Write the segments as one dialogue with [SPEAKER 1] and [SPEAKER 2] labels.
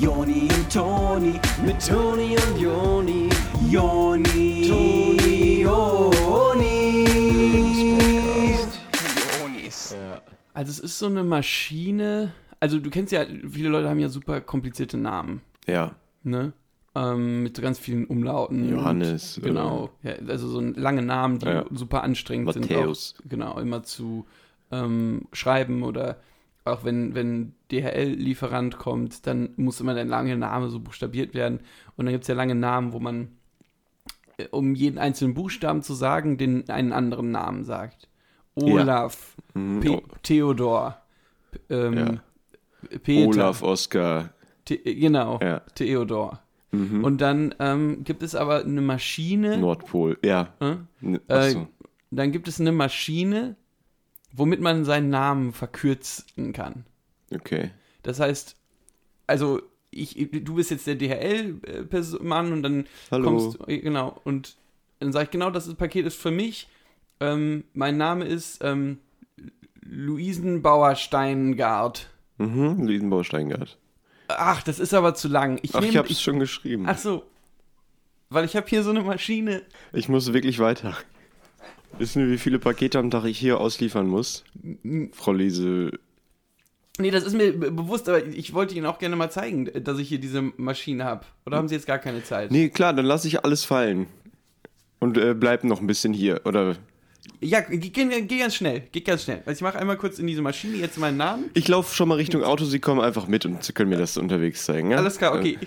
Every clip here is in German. [SPEAKER 1] Joni und Toni, mit Toni und Joni, Joni, Toni, Joni.
[SPEAKER 2] Jonis.
[SPEAKER 3] Also es ist so eine Maschine. Also du kennst ja, viele Leute haben ja super komplizierte Namen,
[SPEAKER 2] Ja,
[SPEAKER 3] ne? Ähm, mit so ganz vielen Umlauten.
[SPEAKER 2] Johannes, äh.
[SPEAKER 3] Und, genau. Ja, also so lange Namen, die
[SPEAKER 2] Ja.
[SPEAKER 3] super anstrengend
[SPEAKER 2] Matthäus.
[SPEAKER 3] sind. Auch, genau, immer zu ähm, schreiben oder auch wenn, wenn DHL-Lieferant kommt, dann muss immer der lange Name so buchstabiert werden. Und dann gibt es ja lange Namen, wo man, äh, um jeden einzelnen Buchstaben zu sagen, den einen anderen Namen sagt. Olaf,
[SPEAKER 2] Mhm.
[SPEAKER 3] Pe Theodor, P- ähm, Peter,
[SPEAKER 2] Olaf, Oskar.
[SPEAKER 3] The genau,
[SPEAKER 2] Ja. Mhm.
[SPEAKER 3] Theodor. Und dann ähm, gibt es aber eine Maschine,
[SPEAKER 2] Nordpol. Ja.
[SPEAKER 3] äh,
[SPEAKER 2] N-
[SPEAKER 3] Äh,
[SPEAKER 2] achso.
[SPEAKER 3] dann gibt es eine Maschine, womit man seinen Namen verkürzen kann.
[SPEAKER 2] Okay.
[SPEAKER 3] Das heißt, also ich, du bist jetzt der DHL-Mann und dann
[SPEAKER 2] Hallo.
[SPEAKER 3] kommst du, genau, und dann sage ich genau, das ist- Paket ist für mich. Ähm, mein Name ist ähm, Luisenbauer Steingart.
[SPEAKER 2] Mhm, Liesenbau Steingart.
[SPEAKER 3] Ach, das ist aber zu lang. Ich
[SPEAKER 2] Ach, ich
[SPEAKER 3] nehm-
[SPEAKER 2] hab's schon geschrieben.
[SPEAKER 3] Ach so. Weil ich habe hier so eine Maschine.
[SPEAKER 2] Ich muss wirklich weiter. Wissen wir, wie viele Pakete am Tag ich hier ausliefern muss? Frau Lese.
[SPEAKER 3] Nee, das ist mir be- bewusst, aber ich wollte Ihnen auch gerne mal zeigen, dass ich hier diese Maschine habe. Oder haben Sie jetzt gar keine Zeit?
[SPEAKER 2] Hm. Nee, klar, dann lasse ich alles fallen. Und äh, bleib noch ein bisschen hier. Oder
[SPEAKER 3] Ja, geh, geh, geh ganz schnell. Geh ganz schnell. Also ich mache einmal kurz in diese Maschine jetzt meinen Namen.
[SPEAKER 2] ich laufe schon mal Richtung Auto, Sie kommen einfach mit und Sie können mir das unterwegs zeigen. Ja?
[SPEAKER 3] Alles klar, okay.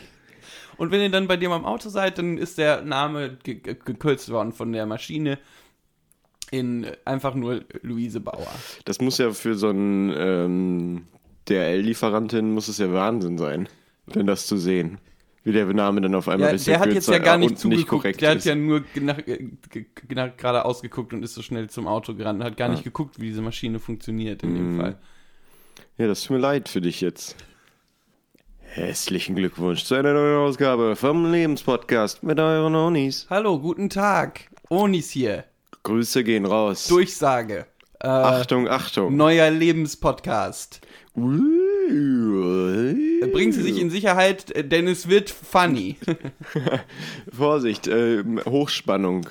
[SPEAKER 3] Und wenn ihr dann bei dem am Auto seid, dann ist der Name ge- ge- gekürzt worden von der Maschine in äh, einfach nur Luise Bauer.
[SPEAKER 2] Äh, Das muss ja für so einen ähm, DRL-Lieferantin muss es ja Wahnsinn sein, denn das zu sehen. Wie der Name dann auf einmal
[SPEAKER 3] Ja,
[SPEAKER 2] ein bisschen
[SPEAKER 3] der hat jetzt
[SPEAKER 2] kürzer
[SPEAKER 3] ja gar
[SPEAKER 2] und
[SPEAKER 3] nicht zugeguckt.
[SPEAKER 2] nicht korrekt
[SPEAKER 3] der hat
[SPEAKER 2] ist.
[SPEAKER 3] ja nur nach, äh, ge- nach, geradeaus geguckt und ist so schnell zum Auto gerannt. Hat gar nicht geguckt, wie diese Maschine funktioniert in
[SPEAKER 2] Mhm.
[SPEAKER 3] dem Fall.
[SPEAKER 2] Ja, das tut mir leid für dich jetzt. Hässlichen Glückwunsch zu einer neuen Ausgabe vom Lebenspodcast mit euren Onis.
[SPEAKER 3] Hallo, guten Tag. Onis hier.
[SPEAKER 2] Grüße gehen raus.
[SPEAKER 3] Durchsage. Äh,
[SPEAKER 2] Achtung, Achtung.
[SPEAKER 3] Neuer Lebenspodcast. Bringen
[SPEAKER 2] Bringen
[SPEAKER 3] Sie sich in Sicherheit, äh, denn es wird funny.
[SPEAKER 2] Vorsicht, ähm, Hochspannung.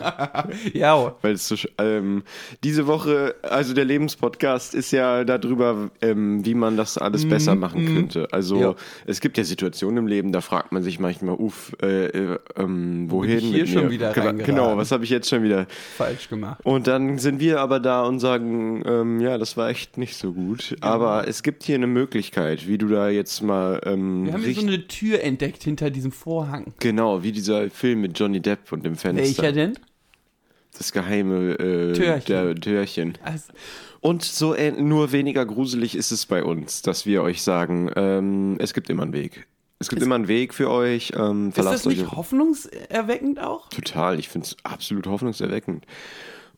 [SPEAKER 3] ja. oh,
[SPEAKER 2] Weil es so, sch- ähm, diese Woche, also der Lebenspodcast ist ja darüber, ähm, wie man das alles besser machen könnte. Also
[SPEAKER 3] Mhm, Ja.
[SPEAKER 2] es gibt ja Situationen im Leben, da fragt man sich manchmal, uff, äh, äh, ähm, wohin
[SPEAKER 3] ich
[SPEAKER 2] mit
[SPEAKER 3] hier
[SPEAKER 2] mir?
[SPEAKER 3] schon wieder
[SPEAKER 2] Gra-
[SPEAKER 3] reingeraten?
[SPEAKER 2] Genau, was habe ich jetzt schon wieder?
[SPEAKER 3] Falsch gemacht.
[SPEAKER 2] Und dann sind wir aber da und sagen, ähm, ja, das war echt nicht so gut. Aber es gibt hier eine Möglichkeit, wie du da jetzt mal ähm,
[SPEAKER 3] Wir haben hier so
[SPEAKER 2] richtig,
[SPEAKER 3] eine Tür entdeckt hinter diesem Vorhang.
[SPEAKER 2] genau wie dieser Film mit Johnny Depp und dem Fenster,
[SPEAKER 3] Welcher denn?
[SPEAKER 2] das geheime äh,
[SPEAKER 3] Türchen.
[SPEAKER 2] Der Türchen.
[SPEAKER 3] Also,
[SPEAKER 2] Und so äh, nur weniger gruselig ist es bei uns, dass wir euch sagen, ähm, es gibt immer einen Weg. Es gibt immer einen Weg für euch. Ähm,
[SPEAKER 3] ist
[SPEAKER 2] verlasst
[SPEAKER 3] das nicht
[SPEAKER 2] euch auf-
[SPEAKER 3] hoffnungserweckend auch?
[SPEAKER 2] Total, ich finde es absolut hoffnungserweckend.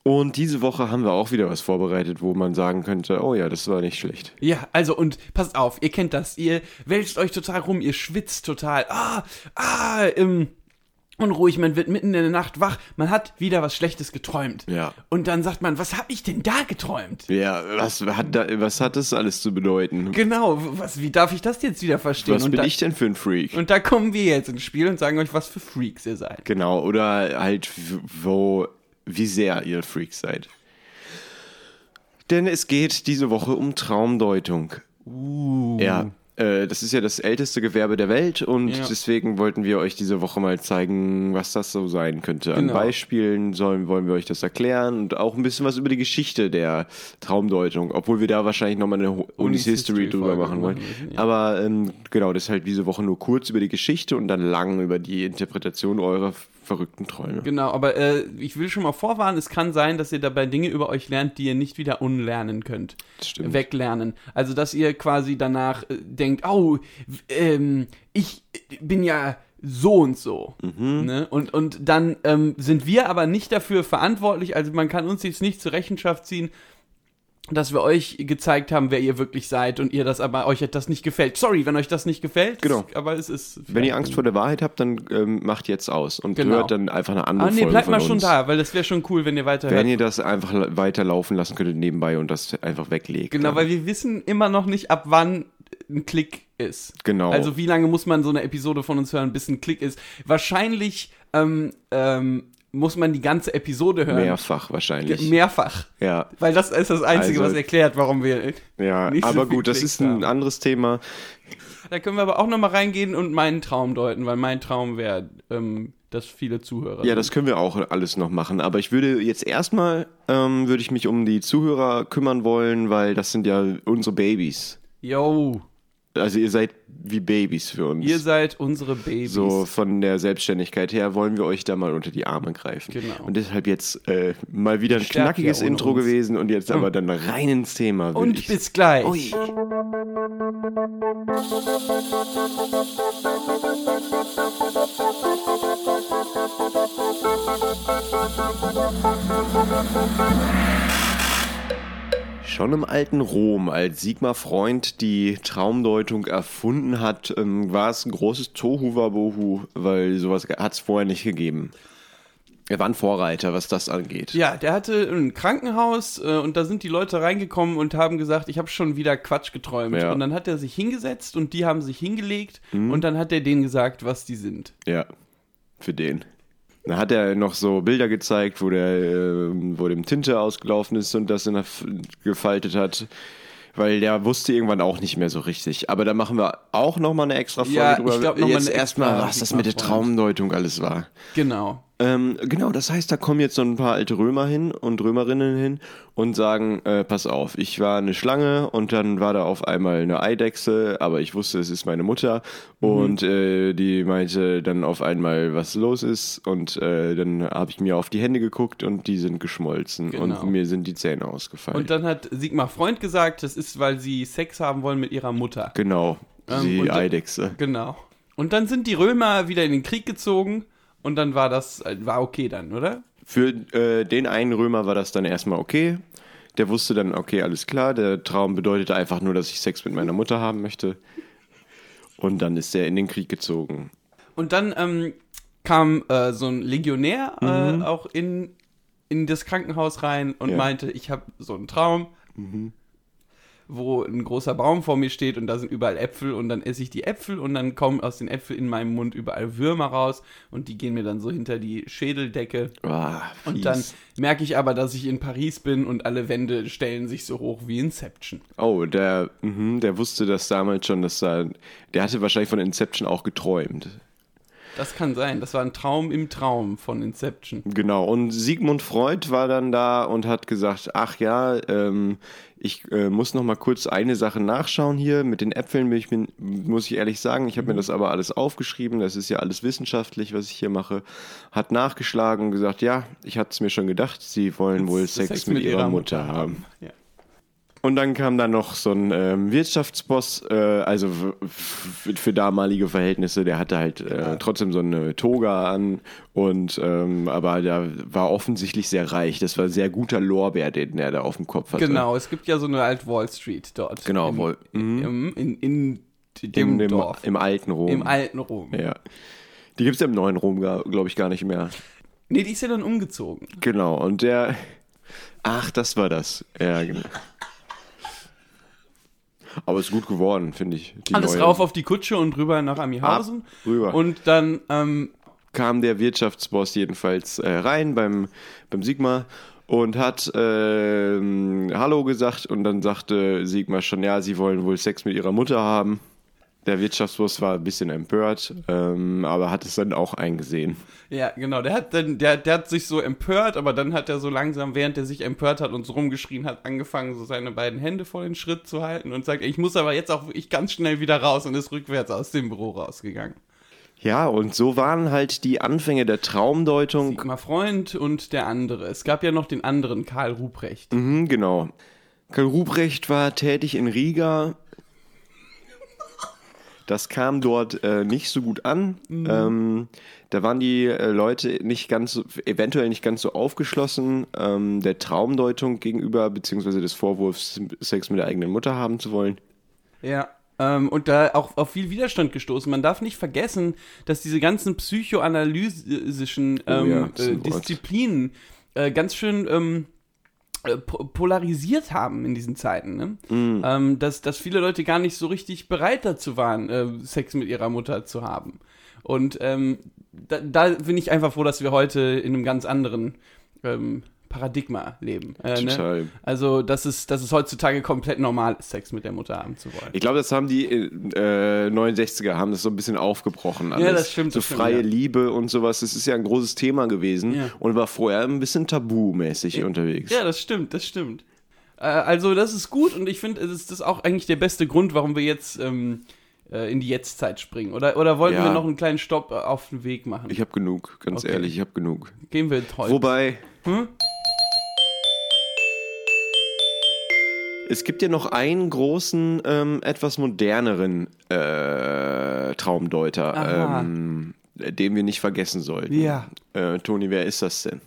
[SPEAKER 2] Und diese Woche haben wir auch wieder was vorbereitet, wo man sagen könnte, oh ja, das war nicht schlecht.
[SPEAKER 3] Ja, also und passt auf, ihr kennt das. Ihr wälzt euch total rum, ihr schwitzt total. Ah, ah, ähm, unruhig, man wird mitten in der Nacht wach. Man hat wieder was Schlechtes geträumt.
[SPEAKER 2] Ja.
[SPEAKER 3] Und dann sagt man, was hab ich denn da geträumt?
[SPEAKER 2] Ja, was hat, da, was hat das alles zu bedeuten?
[SPEAKER 3] Genau, w- was, wie darf ich das jetzt wieder verstehen?
[SPEAKER 2] Was
[SPEAKER 3] und,
[SPEAKER 2] bin
[SPEAKER 3] da,
[SPEAKER 2] ich denn für ein Freak?
[SPEAKER 3] und da kommen wir jetzt ins Spiel und sagen euch, was für Freaks ihr seid.
[SPEAKER 2] Genau, oder halt, w- wo, wie sehr ihr Freaks seid. Denn es geht diese Woche um Traumdeutung. Ja, äh, das ist ja das älteste Gewerbe der Welt und
[SPEAKER 3] Mhm. Ja.
[SPEAKER 2] deswegen wollten wir euch diese Woche mal zeigen, was das so sein könnte. An
[SPEAKER 3] Genau.
[SPEAKER 2] Beispielen sollen, wollen wir euch das erklären und auch ein bisschen was über die Geschichte der Traumdeutung, obwohl wir da wahrscheinlich nochmal eine Ho- Unis History
[SPEAKER 3] History
[SPEAKER 2] drüber
[SPEAKER 3] Folge
[SPEAKER 2] machen wollen.
[SPEAKER 3] machen müssen, ja.
[SPEAKER 2] Aber ähm, genau, das ist halt diese Woche nur kurz über die Geschichte und dann lang über die Interpretation eurer f- verrückten Träume.
[SPEAKER 3] Genau, aber äh, ich will schon mal vorwarnen, es kann sein, dass ihr dabei Dinge über euch lernt, die ihr nicht wieder unlernen könnt.
[SPEAKER 2] Das stimmt.
[SPEAKER 3] Weglernen. Also, dass ihr quasi danach äh, denkt, oh, w- ähm, ich äh, bin ja so und so.
[SPEAKER 2] Mhm.
[SPEAKER 3] Ne? Und, und dann ähm, sind wir aber nicht dafür verantwortlich, also man kann uns jetzt nicht zur Rechenschaft ziehen, dass wir euch gezeigt haben, wer ihr wirklich seid und ihr das aber euch hat das nicht gefällt. Sorry, wenn euch das nicht gefällt,
[SPEAKER 2] Genau.
[SPEAKER 3] aber es ist.
[SPEAKER 2] Wenn ihr Angst vor der Wahrheit habt, dann ähm, macht jetzt aus und
[SPEAKER 3] Genau.
[SPEAKER 2] hört dann einfach eine andere
[SPEAKER 3] Ah, nee,
[SPEAKER 2] Folge
[SPEAKER 3] bleibt
[SPEAKER 2] von
[SPEAKER 3] mal schon
[SPEAKER 2] uns.
[SPEAKER 3] da, weil das wäre schon cool, wenn ihr weiterhört.
[SPEAKER 2] Wenn ihr das einfach la- weiterlaufen lassen könntet nebenbei und das einfach weglegt. ne?
[SPEAKER 3] Genau,
[SPEAKER 2] dann-
[SPEAKER 3] weil wir wissen immer noch nicht, ab wann ein Klick ist.
[SPEAKER 2] Genau.
[SPEAKER 3] Also wie lange muss man so eine Episode von uns hören, bis ein Klick ist? Wahrscheinlich ähm, ähm, muss man die ganze Episode hören.
[SPEAKER 2] mehrfach wahrscheinlich.
[SPEAKER 3] Mehrfach.
[SPEAKER 2] ja,
[SPEAKER 3] Weil das ist das Einzige,
[SPEAKER 2] Also-
[SPEAKER 3] was erklärt, warum wir.
[SPEAKER 2] ja.
[SPEAKER 3] Nicht so
[SPEAKER 2] aber
[SPEAKER 3] viel
[SPEAKER 2] gut, das
[SPEAKER 3] Klicks
[SPEAKER 2] ist ein
[SPEAKER 3] haben.
[SPEAKER 2] anderes Thema.
[SPEAKER 3] Da können wir aber auch nochmal reingehen und meinen Traum deuten, weil mein Traum wäre, ähm, dass viele Zuhörer.
[SPEAKER 2] Ja, das können wir auch alles noch machen. Aber ich würde jetzt erstmal, ähm, würde ich mich um die Zuhörer kümmern wollen, weil das sind ja unsere Babys.
[SPEAKER 3] Yo,
[SPEAKER 2] Also ihr seid wie Babys für uns.
[SPEAKER 3] ihr seid unsere Babys.
[SPEAKER 2] so von der Selbstständigkeit her wollen wir euch da mal unter die Arme greifen.
[SPEAKER 3] Genau.
[SPEAKER 2] Und deshalb jetzt äh, mal wieder ein
[SPEAKER 3] Stärkt
[SPEAKER 2] knackiges
[SPEAKER 3] ja ohne
[SPEAKER 2] Intro
[SPEAKER 3] uns.
[SPEAKER 2] gewesen und jetzt aber dann rein ins Thema. würd
[SPEAKER 3] und
[SPEAKER 2] ich
[SPEAKER 3] bis gleich.
[SPEAKER 2] Ui. Schon im alten Rom, als Sigmar Freund die Traumdeutung erfunden hat, ähm, war es ein großes Tohuwabohu, weil sowas hat es vorher nicht gegeben. Er war ein Vorreiter, was das angeht.
[SPEAKER 3] Ja, der hatte ein Krankenhaus äh, und da sind die Leute reingekommen und haben gesagt, ich habe schon wieder Quatsch geträumt.
[SPEAKER 2] Ja.
[SPEAKER 3] Und dann hat er sich hingesetzt und die haben sich hingelegt und dann hat er denen gesagt, was die sind.
[SPEAKER 2] Ja, für den. Da hat er noch so Bilder gezeigt, wo, der, ähm, wo dem Tinte ausgelaufen ist und das in der F gefaltet hat. Weil der wusste irgendwann auch nicht mehr so richtig. Aber da machen wir auch nochmal eine extra Folge
[SPEAKER 3] Ja, ich
[SPEAKER 2] drüber.
[SPEAKER 3] glaub, noch mal
[SPEAKER 2] jetzt
[SPEAKER 3] eine
[SPEAKER 2] erstmal,
[SPEAKER 3] extra
[SPEAKER 2] was das mit der
[SPEAKER 3] Sigma-Folge.
[SPEAKER 2] Traumdeutung alles war.
[SPEAKER 3] Genau.
[SPEAKER 2] Ähm, genau, das heißt, da kommen jetzt so ein paar alte Römer hin und Römerinnen hin und sagen, äh, pass auf, ich war eine Schlange und dann war da auf einmal eine Eidechse, aber ich wusste, es ist meine Mutter
[SPEAKER 3] Mhm.
[SPEAKER 2] und äh, die meinte dann auf einmal, was los ist und äh, dann habe ich mir auf die Hände geguckt und die sind geschmolzen
[SPEAKER 3] Genau.
[SPEAKER 2] und mir sind die Zähne ausgefallen.
[SPEAKER 3] Und dann hat Sigmar Freund gesagt, das ist, weil sie Sex haben wollen mit ihrer Mutter.
[SPEAKER 2] genau,
[SPEAKER 3] Ähm,
[SPEAKER 2] die
[SPEAKER 3] und dann-
[SPEAKER 2] Eidechse.
[SPEAKER 3] Genau. Und dann sind die Römer wieder in den Krieg gezogen und dann war das, äh, war okay dann, oder?
[SPEAKER 2] Für äh, den einen Römer war das dann erstmal okay. Der wusste dann, okay, alles klar, der Traum bedeutete einfach nur, dass ich Sex mit meiner Mutter haben möchte. Und dann ist er in den Krieg gezogen.
[SPEAKER 3] Und dann ähm, kam äh, so ein Legionär äh, auch in, in das Krankenhaus rein und
[SPEAKER 2] Mhm. Ja. Mhm.
[SPEAKER 3] meinte, ich habe so einen Traum, wo ein großer Baum vor mir steht und da sind überall Äpfel und dann esse ich die Äpfel und dann kommen aus den Äpfeln in meinem Mund überall Würmer raus und die gehen mir dann so hinter die Schädeldecke.
[SPEAKER 2] Ah,
[SPEAKER 3] Und
[SPEAKER 2] fies.
[SPEAKER 3] dann merke ich aber, dass ich in Paris bin und alle Wände stellen sich so hoch wie Inception.
[SPEAKER 2] Oh, der, mhm, der wusste das damals schon, dass da. Der hatte wahrscheinlich von Inception auch geträumt.
[SPEAKER 3] Das kann sein. Das war ein Traum im Traum von Inception.
[SPEAKER 2] Genau, und Sigmund Freud war dann da und hat gesagt, ach ja, ähm, ich äh, muss noch mal kurz eine Sache nachschauen hier. Mit den Äpfeln bin ich, bin, muss ich ehrlich sagen, ich habe mir das aber alles aufgeschrieben, das ist ja alles wissenschaftlich, was ich hier mache. Hat nachgeschlagen und gesagt, ja, ich hatte es mir schon gedacht, sie wollen wohl
[SPEAKER 3] Sex
[SPEAKER 2] Sex, mit,
[SPEAKER 3] mit
[SPEAKER 2] ihrer,
[SPEAKER 3] ihrer
[SPEAKER 2] Mutter haben.
[SPEAKER 3] Ja.
[SPEAKER 2] Und dann kam da noch so ein ähm, Wirtschaftsboss, äh, also w- f- für damalige Verhältnisse, der hatte halt äh, trotzdem so eine Toga an und ähm, aber der war offensichtlich sehr reich. Das war ein sehr guter Lorbeer, den der da auf dem Kopf hatte.
[SPEAKER 3] Genau, es gibt ja so eine alt Wall Street dort.
[SPEAKER 2] Genau,
[SPEAKER 3] Im,
[SPEAKER 2] wohl.
[SPEAKER 3] im, in, in dem
[SPEAKER 2] In dem,
[SPEAKER 3] Dorf.
[SPEAKER 2] Im alten Rom.
[SPEAKER 3] Im alten Rom.
[SPEAKER 2] Ja. Die gibt es im neuen Rom, glaube ich, gar nicht mehr.
[SPEAKER 3] Nee, die ist ja dann umgezogen.
[SPEAKER 2] Genau, und der. Ach, das war das. Ja, genau. Aber ist gut geworden, finde ich. Die
[SPEAKER 3] Alles
[SPEAKER 2] neue.
[SPEAKER 3] rauf auf die Kutsche und rüber nach Amihausen.
[SPEAKER 2] Ab, rüber.
[SPEAKER 3] Und dann, ähm,
[SPEAKER 2] kam der Wirtschaftsboss jedenfalls äh, rein beim, beim Sigma und hat ähm, Hallo gesagt und dann sagte Sigma schon, ja, sie wollen wohl Sex mit ihrer Mutter haben. Der Wirtschaftsboss war ein bisschen empört, ähm, aber hat es dann auch eingesehen.
[SPEAKER 3] ja, genau, der hat dann, der, der hat sich so empört, aber dann hat er so langsam, während er sich empört hat und so rumgeschrien hat, angefangen, so seine beiden Hände vor den Schritt zu halten und sagt, ich muss aber jetzt auch ich ganz schnell wieder raus und ist rückwärts aus dem Büro rausgegangen.
[SPEAKER 2] Ja, und so waren halt die Anfänge der Traumdeutung.
[SPEAKER 3] Sigmar Freund und der andere. Es gab ja noch den anderen, Karl Ruprecht.
[SPEAKER 2] Mhm, genau. Karl Ruprecht war tätig in Riga. Das kam dort äh, nicht so gut an.
[SPEAKER 3] Mhm.
[SPEAKER 2] Ähm, da waren die äh, Leute nicht ganz so, eventuell nicht ganz so aufgeschlossen ähm, der Traumdeutung gegenüber, beziehungsweise des Vorwurfs, Sex mit der eigenen Mutter haben zu wollen.
[SPEAKER 3] Ja. Ähm, und da auch auf viel Widerstand gestoßen. Man darf nicht vergessen, dass diese ganzen psychoanalytischen ähm,
[SPEAKER 2] Oh ja, das ist
[SPEAKER 3] äh,
[SPEAKER 2] ein Wort.
[SPEAKER 3] Disziplinen äh, ganz schön ähm, äh, po- polarisiert haben in diesen Zeiten, ne?
[SPEAKER 2] Mhm.
[SPEAKER 3] ähm, dass, dass viele Leute gar nicht so richtig bereit dazu waren, äh, Sex mit ihrer Mutter zu haben. Und ähm, da, da bin ich einfach froh, dass wir heute in einem ganz anderen ähm, Paradigma leben. Äh, ne?
[SPEAKER 2] Total.
[SPEAKER 3] Also, dass es, dass es heutzutage komplett normal ist, Sex mit der Mutter haben zu wollen.
[SPEAKER 2] Ich glaube, das haben die äh, 69er, haben das so ein bisschen aufgebrochen. Alles.
[SPEAKER 3] Ja, das stimmt,
[SPEAKER 2] So
[SPEAKER 3] das stimmt,
[SPEAKER 2] freie
[SPEAKER 3] ja.
[SPEAKER 2] Liebe und sowas, das ist ja ein großes Thema gewesen
[SPEAKER 3] Ja.
[SPEAKER 2] und war vorher ein bisschen tabu-mäßig unterwegs.
[SPEAKER 3] Ja, das stimmt, das stimmt. Äh, also, das ist gut und ich finde, es ist das auch eigentlich der beste Grund, warum wir jetzt ähm, äh, in die Jetztzeit springen. Oder, oder wollten
[SPEAKER 2] Ja.
[SPEAKER 3] wir noch einen kleinen Stopp äh, auf den Weg machen?
[SPEAKER 2] Ich habe genug, ganz
[SPEAKER 3] Okay.
[SPEAKER 2] ehrlich, ich habe genug.
[SPEAKER 3] Gehen wir heute.
[SPEAKER 2] Wobei,
[SPEAKER 3] Hm?
[SPEAKER 2] es gibt ja noch einen großen, ähm, etwas moderneren äh, Traumdeuter,
[SPEAKER 3] Aha.
[SPEAKER 2] ähm, den wir nicht vergessen sollten.
[SPEAKER 3] Ja.
[SPEAKER 2] Äh, Toni, wer ist das denn?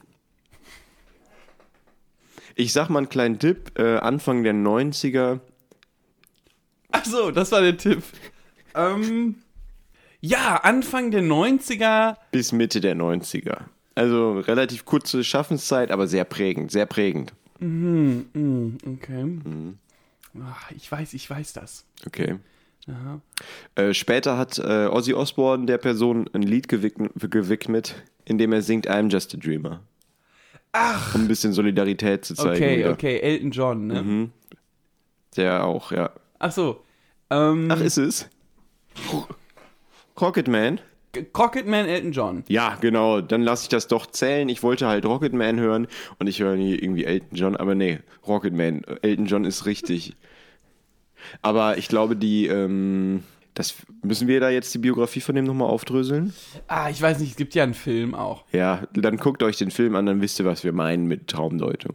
[SPEAKER 2] Ich sag mal einen kleinen Tipp, äh, Anfang der 90er,
[SPEAKER 3] Ach so, das war der Tipp. ähm, ja, Anfang der 90er.
[SPEAKER 2] bis Mitte der 90er. Also relativ kurze Schaffenszeit, aber sehr prägend, sehr prägend.
[SPEAKER 3] Hm, okay.
[SPEAKER 2] Mhm.
[SPEAKER 3] Ach, ich weiß, ich weiß das.
[SPEAKER 2] Okay.
[SPEAKER 3] Aha.
[SPEAKER 2] Äh, später hat äh, Ozzy Osbourne der Person ein Lied gewidm- gewidmet, in dem er singt I'm Just a Dreamer. Ach. Um ein bisschen Solidarität zu zeigen. Mhm.
[SPEAKER 3] Okay,
[SPEAKER 2] wieder.
[SPEAKER 3] okay, Elton John, ne?
[SPEAKER 2] Der auch, ja.
[SPEAKER 3] Ach so. Ähm,
[SPEAKER 2] Ach, ist es? Rocketman?
[SPEAKER 3] Rocketman Elton John.
[SPEAKER 2] Ja, genau. Dann lasse ich das doch zählen. Ich wollte halt Rocketman hören und ich höre nie irgendwie Elton John, aber nee, Rocketman. Elton John ist richtig. Aber ich glaube, die, ähm, das müssen wir da jetzt die Biografie von dem nochmal aufdröseln?
[SPEAKER 3] Ah, ich weiß nicht, es gibt ja einen Film auch.
[SPEAKER 2] Ja, dann guckt euch den Film an, dann wisst ihr, was wir meinen mit Traumdeutung.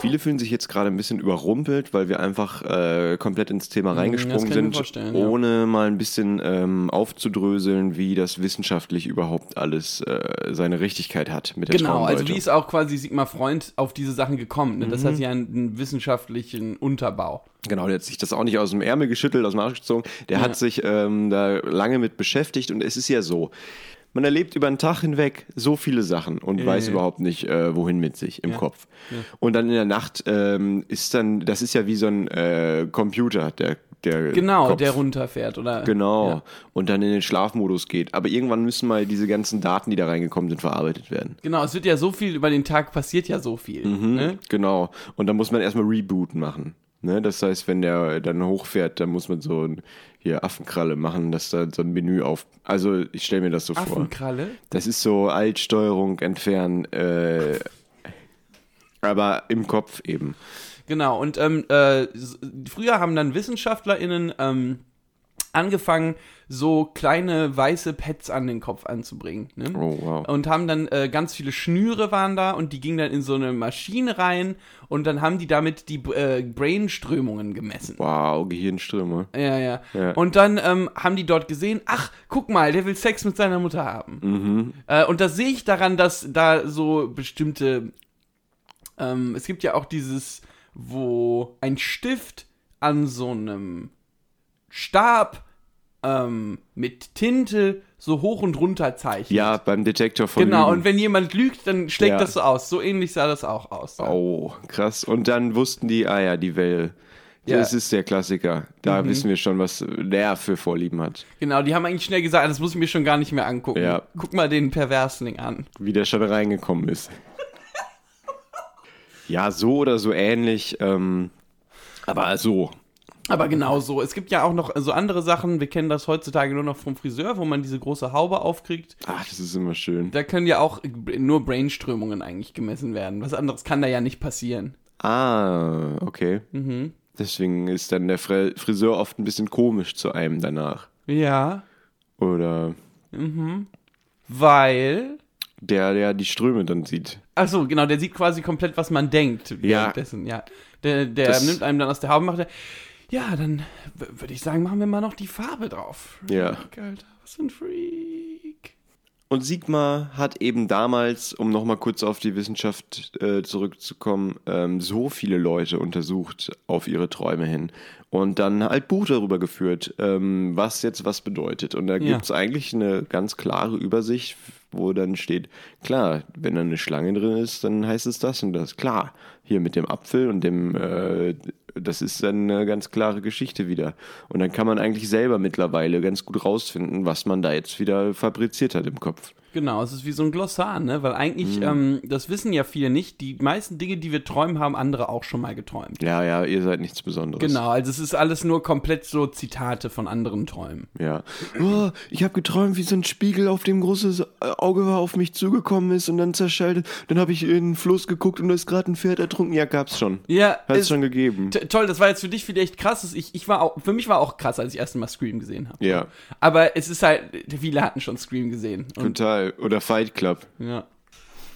[SPEAKER 2] Viele fühlen sich jetzt gerade ein bisschen überrumpelt, weil wir einfach äh, komplett ins Thema
[SPEAKER 3] Mhm, das
[SPEAKER 2] reingesprungen
[SPEAKER 3] kann ich mir
[SPEAKER 2] sind,
[SPEAKER 3] vorstellen, ja.
[SPEAKER 2] ohne mal ein bisschen ähm, aufzudröseln, wie das wissenschaftlich überhaupt alles äh, seine Richtigkeit hat mit der
[SPEAKER 3] Genau, also
[SPEAKER 2] Traumdeutung.
[SPEAKER 3] wie ist auch quasi Sigmar Freund auf diese Sachen gekommen? Ne? Das hat ja einen, einen wissenschaftlichen Unterbau.
[SPEAKER 2] Genau, der hat sich das auch nicht aus dem Ärmel geschüttelt, aus dem Arsch gezogen. Der hat sich ähm, da lange mit beschäftigt und es ist ja so. Man erlebt über einen Tag hinweg so viele Sachen und weiß überhaupt nicht, äh, wohin mit sich im Kopf. Und dann in der Nacht ähm, ist dann, das ist ja wie so ein äh, Computer, der, der
[SPEAKER 3] Genau,
[SPEAKER 2] Kopf.
[SPEAKER 3] der runterfährt, oder?
[SPEAKER 2] Genau.
[SPEAKER 3] Ja.
[SPEAKER 2] Und dann in den Schlafmodus geht. Aber irgendwann müssen mal diese ganzen Daten, die da reingekommen sind, verarbeitet werden.
[SPEAKER 3] Genau, es wird ja so viel, über den Tag passiert ja so viel. Ne?
[SPEAKER 2] Genau. Und dann muss man erstmal Reboot machen. Ne? Das heißt, wenn der dann hochfährt, dann muss man so ein, hier Affenkralle machen, dass da so ein Menü auf. Also ich stelle mir das so vor.
[SPEAKER 3] Affenkralle?
[SPEAKER 2] Das ist so Altsteuerung entfernen, äh, aber im Kopf eben.
[SPEAKER 3] Genau, und ähm, äh, s- früher haben dann WissenschaftlerInnen ähm, angefangen, so kleine weiße Pads an den Kopf anzubringen. Ne?
[SPEAKER 2] Oh, wow.
[SPEAKER 3] Und haben dann äh, ganz viele Schnüre waren da und die gingen dann in so eine Maschine rein und dann haben die damit die äh, Brainströmungen gemessen.
[SPEAKER 2] Wow, Gehirnströme.
[SPEAKER 3] Ja, ja,
[SPEAKER 2] Ja.
[SPEAKER 3] Und dann ähm, haben die dort gesehen, ach, guck mal, der will Sex mit seiner Mutter haben.
[SPEAKER 2] Mhm.
[SPEAKER 3] Äh, und das sehe ich daran, dass da so bestimmte, ähm, es gibt ja auch dieses, wo ein Stift an so einem Stab ähm, mit Tinte so hoch und runter zeichnet.
[SPEAKER 2] Ja, beim Detektor von.
[SPEAKER 3] Genau,
[SPEAKER 2] Lügen.
[SPEAKER 3] und wenn jemand lügt, dann schlägt
[SPEAKER 2] Ja.
[SPEAKER 3] das so aus. So ähnlich sah das auch aus.
[SPEAKER 2] Oh, krass. Und dann wussten die, ah ja, die Welle.
[SPEAKER 3] Ja. Mhm.
[SPEAKER 2] Das ist der Klassiker. Da wissen wir schon, was der für Vorlieben hat.
[SPEAKER 3] Genau, die haben eigentlich schnell gesagt, das muss ich mir schon gar nicht mehr angucken.
[SPEAKER 2] Ja.
[SPEAKER 3] Guck mal den Perversling an.
[SPEAKER 2] wie der schon reingekommen ist. ja, so oder so ähnlich, ähm, aber so.
[SPEAKER 3] Aber genau so. Es gibt ja auch noch so andere Sachen. Wir kennen das heutzutage nur noch vom Friseur, wo man diese große Haube aufkriegt.
[SPEAKER 2] Ach, Ah, das ist immer schön.
[SPEAKER 3] Da können ja auch nur Brainströmungen eigentlich gemessen werden. Was anderes kann da ja nicht passieren.
[SPEAKER 2] Ah, okay. Deswegen ist dann der Fre Friseur oft ein bisschen komisch zu einem danach.
[SPEAKER 3] Ja.
[SPEAKER 2] Oder
[SPEAKER 3] Weil.
[SPEAKER 2] der, der die Ströme dann sieht.
[SPEAKER 3] Ach so, genau, der sieht quasi komplett, was man denkt. Währenddessen, ja. Der, der
[SPEAKER 2] Das-
[SPEAKER 3] nimmt einem dann aus der Haube, macht er. Ja, dann w- würde ich sagen, machen wir mal noch die Farbe drauf.
[SPEAKER 2] Ja.
[SPEAKER 3] Freak, Alter, was für ein Freak.
[SPEAKER 2] Und Sigma hat eben damals, um nochmal kurz auf die Wissenschaft äh, zurückzukommen, ähm, so viele Leute untersucht auf ihre Träume hin und dann halt Buch darüber geführt, ähm, was jetzt was bedeutet. Und da
[SPEAKER 3] Ja.
[SPEAKER 2] gibt es eigentlich eine ganz klare Übersicht, wo dann steht, klar, wenn da eine Schlange drin ist, dann heißt es das und das. Klar, hier mit dem Apfel und dem, äh, das ist dann eine ganz klare Geschichte wieder. Und dann kann man eigentlich selber mittlerweile ganz gut rausfinden, was man da jetzt wieder fabriziert hat im Kopf.
[SPEAKER 3] Genau, es ist wie so ein Glossar, ne? Weil
[SPEAKER 2] Mhm.
[SPEAKER 3] eigentlich, ähm, das wissen ja viele nicht, die meisten Dinge, die wir träumen, haben andere auch schon mal geträumt.
[SPEAKER 2] Ja, ja, ihr seid nichts Besonderes.
[SPEAKER 3] Genau, also es ist alles nur komplett so Zitate von anderen Träumen.
[SPEAKER 2] Ja. Oh, ich habe geträumt, wie so ein Spiegel, auf dem großes Auge war, auf mich zugekommen ist und dann zerschellte. Dann habe ich in den Fluss geguckt und da ist gerade ein Pferd ertrunken. Ja, gab's schon.
[SPEAKER 3] Ja,
[SPEAKER 2] Hat's
[SPEAKER 3] es-
[SPEAKER 2] schon gegeben.
[SPEAKER 3] T toll, das war jetzt für dich vielleicht krasses. Ich, ich war auch, für mich war auch krass, als ich das erste Mal Scream gesehen habe.
[SPEAKER 2] Ja,
[SPEAKER 3] Aber es ist halt, viele hatten schon Scream gesehen. Und,
[SPEAKER 2] total. Oder Fight Club.
[SPEAKER 3] ja.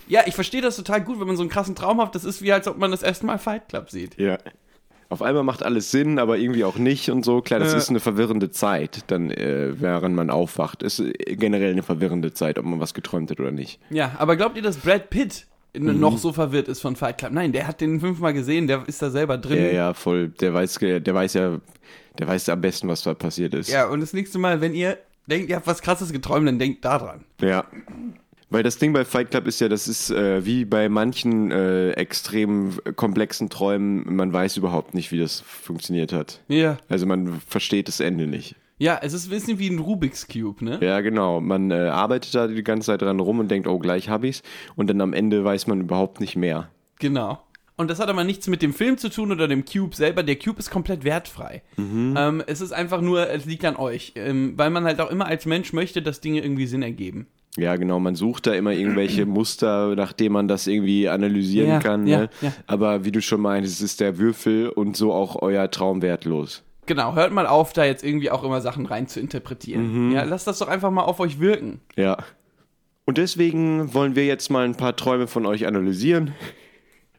[SPEAKER 3] ja, ich verstehe das total gut, wenn man so einen krassen Traum hat. Das ist wie, als ob man das erste Mal Fight Club sieht.
[SPEAKER 2] Ja. Auf einmal macht alles Sinn, aber irgendwie auch nicht und so. Klar, das
[SPEAKER 3] Ja.
[SPEAKER 2] ist eine verwirrende Zeit, dann äh, während man aufwacht. Ist äh, generell eine verwirrende Zeit, ob man was geträumt hat oder nicht.
[SPEAKER 3] Ja, aber glaubt ihr, dass Brad Pitt
[SPEAKER 2] Mhm.
[SPEAKER 3] n- noch so verwirrt ist von Fight Club? Nein, der hat den fünfmal gesehen, der ist da selber drin.
[SPEAKER 2] Ja, ja, voll. Der weiß, ge- der weiß ja, der weiß am besten, was da passiert ist.
[SPEAKER 3] Ja, und das nächste Mal, wenn ihr denkt, ihr habt was krasses geträumt, dann denkt da dran.
[SPEAKER 2] Ja. Weil das Ding bei Fight Club ist ja, das ist äh, wie bei manchen äh, extrem komplexen Träumen, man weiß überhaupt nicht, wie das funktioniert hat.
[SPEAKER 3] Ja.
[SPEAKER 2] Also man versteht das Ende nicht.
[SPEAKER 3] Ja, es ist ein bisschen wie ein Rubik's Cube, ne?
[SPEAKER 2] Ja, genau. Man äh, arbeitet da die ganze Zeit dran rum und denkt, oh, gleich hab ich's. Und dann am Ende weiß man überhaupt nicht mehr.
[SPEAKER 3] Genau. Und das hat aber nichts mit dem Film zu tun oder dem Cube selber. Der Cube ist komplett wertfrei. Ähm, es ist einfach nur, es liegt an euch. Ähm, weil man halt auch immer als Mensch möchte, dass Dinge irgendwie Sinn ergeben.
[SPEAKER 2] Ja, genau. Man sucht da immer irgendwelche Muster, nachdem man das irgendwie analysieren
[SPEAKER 3] Ja,
[SPEAKER 2] kann.
[SPEAKER 3] ja,
[SPEAKER 2] ne?
[SPEAKER 3] ja.
[SPEAKER 2] Aber wie du schon meintest, ist der Würfel und so auch euer Traum wertlos.
[SPEAKER 3] Genau, hört mal auf, da jetzt irgendwie auch immer Sachen rein zu interpretieren. Ja, lasst das doch einfach mal auf euch wirken.
[SPEAKER 2] Ja. Und deswegen wollen wir jetzt mal ein paar Träume von euch analysieren.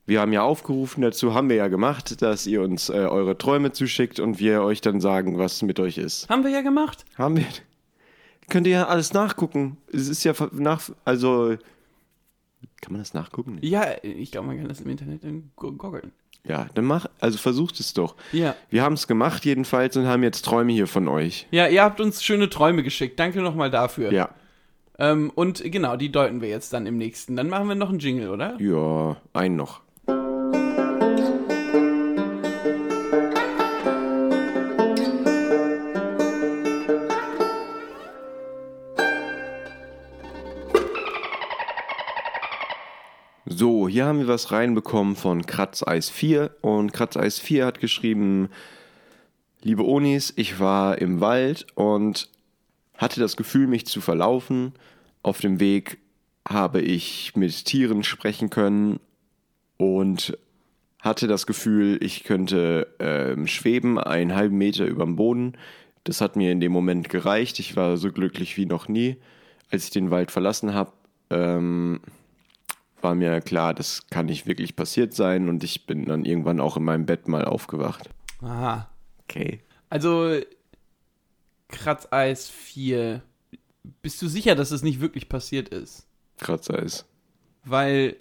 [SPEAKER 2] Wir haben ja aufgerufen dazu, haben wir ja gemacht, dass ihr uns äh, eure Träume zuschickt und wir euch dann sagen, was mit euch ist.
[SPEAKER 3] Haben wir ja gemacht.
[SPEAKER 2] Haben wir? Könnt ihr ja alles nachgucken. Es ist ja ver- nach, also kann man das nachgucken?
[SPEAKER 3] Ja, ich glaube, man kann das im Internet irgendwie go- goggeln.
[SPEAKER 2] Ja, dann mach, also versucht es doch.
[SPEAKER 3] Ja.
[SPEAKER 2] Wir haben es gemacht jedenfalls und haben jetzt Träume hier von euch.
[SPEAKER 3] Ja, ihr habt uns schöne Träume geschickt. Danke nochmal dafür.
[SPEAKER 2] Ja.
[SPEAKER 3] Ähm, und genau, die deuten wir jetzt dann im nächsten. Dann machen wir noch einen Jingle, oder?
[SPEAKER 2] Ja, einen noch. So, hier haben wir was reinbekommen von Kratzeis 4 und Kratzeis 4 hat geschrieben, liebe Onis, ich war im Wald und hatte das Gefühl, mich zu verlaufen. Auf dem Weg habe ich mit Tieren sprechen können und hatte das Gefühl, ich könnte ähm, schweben, einen halben Meter über dem Boden. Das hat mir in dem Moment gereicht. Ich war so glücklich wie noch nie. Als ich den Wald verlassen habe, ähm, war mir klar, das kann nicht wirklich passiert sein und ich bin dann irgendwann auch in meinem Bett mal aufgewacht.
[SPEAKER 3] Aha.
[SPEAKER 2] Okay.
[SPEAKER 3] Also, Kratzeis 4. Bist du sicher, dass es nicht wirklich passiert ist?
[SPEAKER 2] Kratzer ist.
[SPEAKER 3] Weil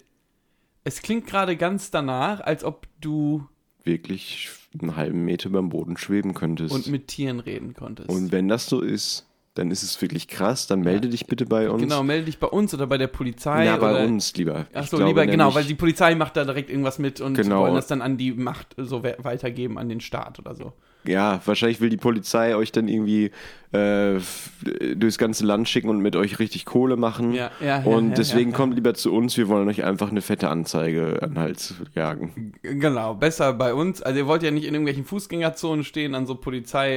[SPEAKER 3] es klingt gerade ganz danach, als ob du
[SPEAKER 2] wirklich einen halben Meter beim Boden schweben könntest.
[SPEAKER 3] und
[SPEAKER 2] Und,
[SPEAKER 3] mit Tieren reden konntest.
[SPEAKER 2] wenn das so ist, dann ist es wirklich krass. Dann melde dich bitte bei uns.
[SPEAKER 3] genau, melde dich bei uns oder bei der Polizei.
[SPEAKER 2] Ja, bei
[SPEAKER 3] oder,
[SPEAKER 2] uns lieber. Ich
[SPEAKER 3] Achso,
[SPEAKER 2] glaube
[SPEAKER 3] lieber, genau,
[SPEAKER 2] nämlich-
[SPEAKER 3] weil die Polizei macht da direkt irgendwas mit und
[SPEAKER 2] Genau.
[SPEAKER 3] wollen das dann an die Macht so we- weitergeben, an den Staat oder so.
[SPEAKER 2] Ja, wahrscheinlich will die Polizei euch dann irgendwie äh, f- durchs ganze Land schicken und mit euch richtig Kohle machen.
[SPEAKER 3] Ja, ja, ja,
[SPEAKER 2] und
[SPEAKER 3] ja, ja,
[SPEAKER 2] deswegen
[SPEAKER 3] ja.
[SPEAKER 2] kommt lieber zu uns. Wir wollen euch einfach eine fette Anzeige an den Hals jagen.
[SPEAKER 3] G- Genau, besser bei uns. Also ihr wollt ja nicht in irgendwelchen Fußgängerzonen stehen, an so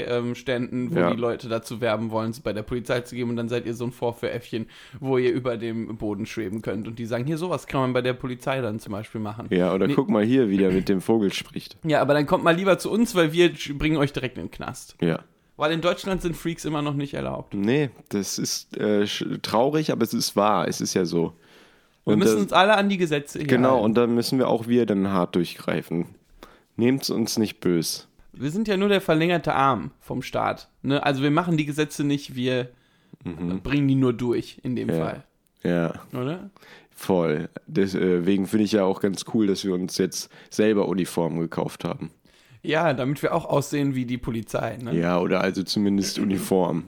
[SPEAKER 3] Polizeiständen, wo
[SPEAKER 2] Ja.
[SPEAKER 3] die Leute dazu werben wollen, es bei der Polizei zu geben und dann seid ihr so ein Vorführäffchen, wo ihr über dem Boden schweben könnt und die sagen, hier sowas kann man bei der Polizei dann zum Beispiel machen.
[SPEAKER 2] Ja, oder
[SPEAKER 3] Nee.
[SPEAKER 2] guck mal hier, wie der mit dem Vogel spricht.
[SPEAKER 3] Ja, aber dann kommt mal lieber zu uns, weil wir sch- bringen euch direkt in den Knast.
[SPEAKER 2] Ja.
[SPEAKER 3] Weil in Deutschland sind Freaks immer noch nicht erlaubt.
[SPEAKER 2] Nee, das ist äh, sch- traurig, aber es ist wahr. Es ist ja so.
[SPEAKER 3] Wir
[SPEAKER 2] Und
[SPEAKER 3] müssen
[SPEAKER 2] das-
[SPEAKER 3] uns alle an die Gesetze hier
[SPEAKER 2] Genau,
[SPEAKER 3] halten.
[SPEAKER 2] und dann müssen wir auch wir dann hart durchgreifen. Nehmt's uns nicht bös.
[SPEAKER 3] Wir sind ja nur der verlängerte Arm vom Staat. Ne? Also wir machen die Gesetze nicht, wir äh, bringen die nur durch in dem
[SPEAKER 2] Mhm. Ja.
[SPEAKER 3] Fall.
[SPEAKER 2] Ja,
[SPEAKER 3] oder?
[SPEAKER 2] voll. Deswegen finde ich ja auch ganz cool, dass wir uns jetzt selber Uniformen gekauft haben.
[SPEAKER 3] Ja, damit wir auch aussehen wie die Polizei, ne?
[SPEAKER 2] Ja, oder also zumindest Uniform.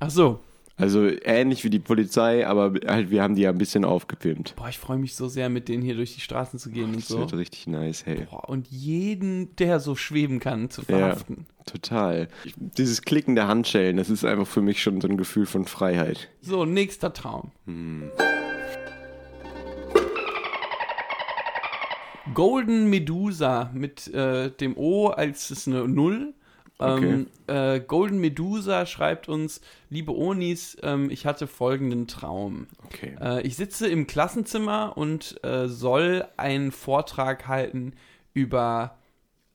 [SPEAKER 3] Ach so.
[SPEAKER 2] Also ähnlich wie die Polizei, aber halt, wir haben die ja ein bisschen aufgepimpt.
[SPEAKER 3] Boah, ich freue mich so sehr, mit denen hier durch die Straßen zu gehen und
[SPEAKER 2] Das
[SPEAKER 3] so.
[SPEAKER 2] wird richtig nice, hey.
[SPEAKER 3] Boah, und jeden, der so schweben kann, zu verhaften.
[SPEAKER 2] Total. Ich, dieses Klicken der Handschellen, das ist einfach für mich schon so ein Gefühl von Freiheit.
[SPEAKER 3] So, nächster Traum.
[SPEAKER 2] Hm.
[SPEAKER 3] Golden Medusa mit äh, dem O als ist eine Null. Ähm, äh, Golden Medusa schreibt uns, liebe Onis, ähm, ich hatte folgenden Traum.
[SPEAKER 2] Okay.
[SPEAKER 3] Äh, ich sitze im Klassenzimmer und äh, soll einen Vortrag halten über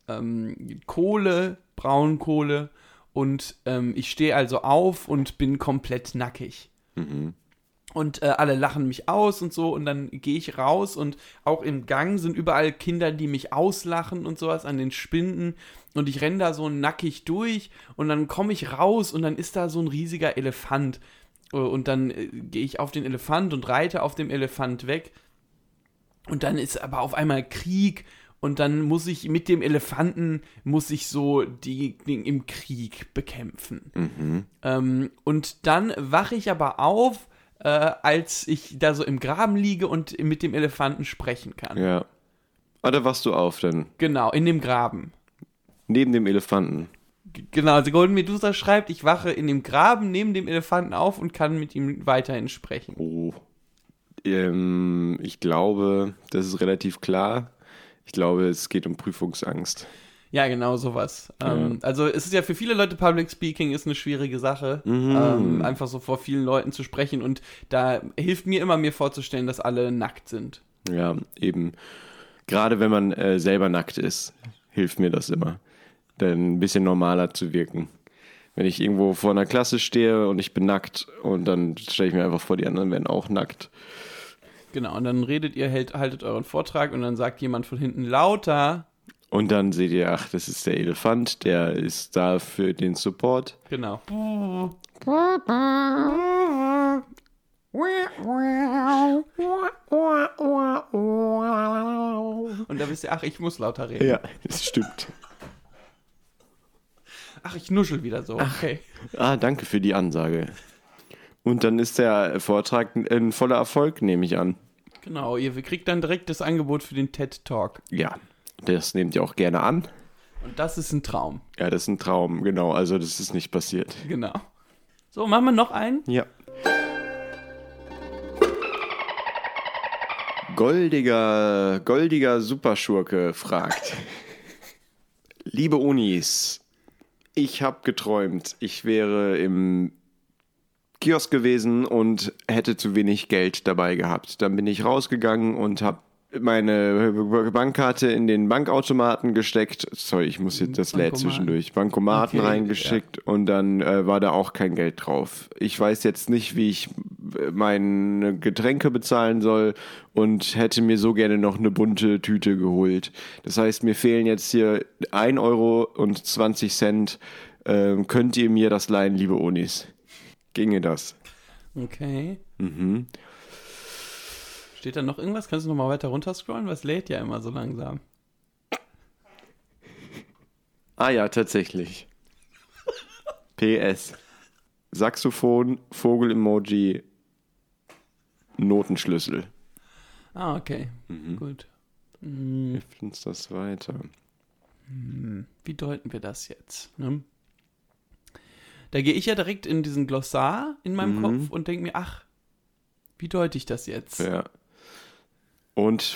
[SPEAKER 3] ähm, Kohle, Braunkohle und ähm, ich stehe also auf und bin komplett nackig. Und äh, alle lachen mich aus und so und dann gehe ich raus und auch im Gang sind überall Kinder, die mich auslachen und sowas an den Spinden und ich renne da so nackig durch und dann komme ich raus und dann ist da so ein riesiger Elefant Äh, und dann äh, gehe ich auf den Elefant und reite auf dem Elefant weg und dann ist aber auf einmal Krieg und dann muss ich mit dem Elefanten, muss ich so die, die im Krieg bekämpfen. Ähm, und dann wache ich aber auf, äh, als ich da so im Graben liege und mit dem Elefanten sprechen kann.
[SPEAKER 2] Ja. Ah, da wachst du auf dann.
[SPEAKER 3] Genau, in dem Graben.
[SPEAKER 2] Neben dem Elefanten.
[SPEAKER 3] G- Genau, also Golden Medusa schreibt, ich wache in dem Graben neben dem Elefanten auf und kann mit ihm weiterhin sprechen.
[SPEAKER 2] Oh. Ähm, ich glaube, das ist relativ klar. Ich glaube, es geht um Prüfungsangst.
[SPEAKER 3] Ja, genau sowas. Ähm, also es ist ja für viele Leute Public Speaking ist eine schwierige Sache, ähm, einfach so vor vielen Leuten zu sprechen und da hilft mir immer mir vorzustellen, dass alle nackt sind.
[SPEAKER 2] Ja, eben. Gerade wenn man äh, selber nackt ist, hilft mir das immer, dann ein bisschen normaler zu wirken. Wenn ich irgendwo vor einer Klasse stehe und ich bin nackt und dann stelle ich mir einfach vor, die anderen werden auch nackt.
[SPEAKER 3] Genau, und dann redet ihr, hält, haltet euren Vortrag und dann sagt jemand von hinten lauter.
[SPEAKER 2] Und dann seht ihr, ach, das ist der Elefant, der ist da für den Support.
[SPEAKER 3] Genau. Und da wisst ihr, ach, ich muss lauter reden.
[SPEAKER 2] Ja, es stimmt.
[SPEAKER 3] Ach, ich nuschel wieder so. Okay.
[SPEAKER 2] Ah, danke für die Ansage. Und dann ist der Vortrag ein voller Erfolg, nehme ich an.
[SPEAKER 3] Genau, ihr kriegt dann direkt das Angebot für den TED Talk.
[SPEAKER 2] Ja, das nehmt ihr auch gerne an.
[SPEAKER 3] Und das ist ein Traum.
[SPEAKER 2] Ja, das ist ein Traum, genau. Also das ist nicht passiert.
[SPEAKER 3] Genau. So, machen wir noch einen?
[SPEAKER 2] Ja. Goldiger, goldiger Superschurke fragt. Liebe Unis, ich habe geträumt, ich wäre im Kiosk gewesen und hätte zu wenig Geld dabei gehabt. Dann bin ich rausgegangen und habe meine Bankkarte in den Bankautomaten gesteckt. Sorry, ich muss jetzt das lädt
[SPEAKER 3] Bankomat.
[SPEAKER 2] zwischendurch. Bankomaten
[SPEAKER 3] Okay,
[SPEAKER 2] reingeschickt und dann äh, war da auch kein Geld drauf. Ich weiß jetzt nicht, wie ich äh, meine Getränke bezahlen soll und hätte mir so gerne noch eine bunte Tüte geholt. Das heißt, mir fehlen jetzt hier 1 Euro und 20 Cent. Ähm, könnt ihr mir das leihen, liebe Unis? Ginge das?
[SPEAKER 3] Okay.
[SPEAKER 2] Mhm.
[SPEAKER 3] Steht da noch irgendwas? Kannst du noch mal weiter runterscrollen? Was lädt ja immer so langsam?
[SPEAKER 2] Ah ja, tatsächlich. PS. Saxophon, Vogel-Emoji, Notenschlüssel.
[SPEAKER 3] Ah, okay.
[SPEAKER 2] Mhm.
[SPEAKER 3] Gut.
[SPEAKER 2] Hilft uns das weiter?
[SPEAKER 3] Wie deuten wir das jetzt? Ne? Da gehe ich ja direkt in diesen Glossar in
[SPEAKER 2] Mhm.
[SPEAKER 3] meinem Kopf und denke mir, ach, wie deute ich das jetzt?
[SPEAKER 2] Ja. Und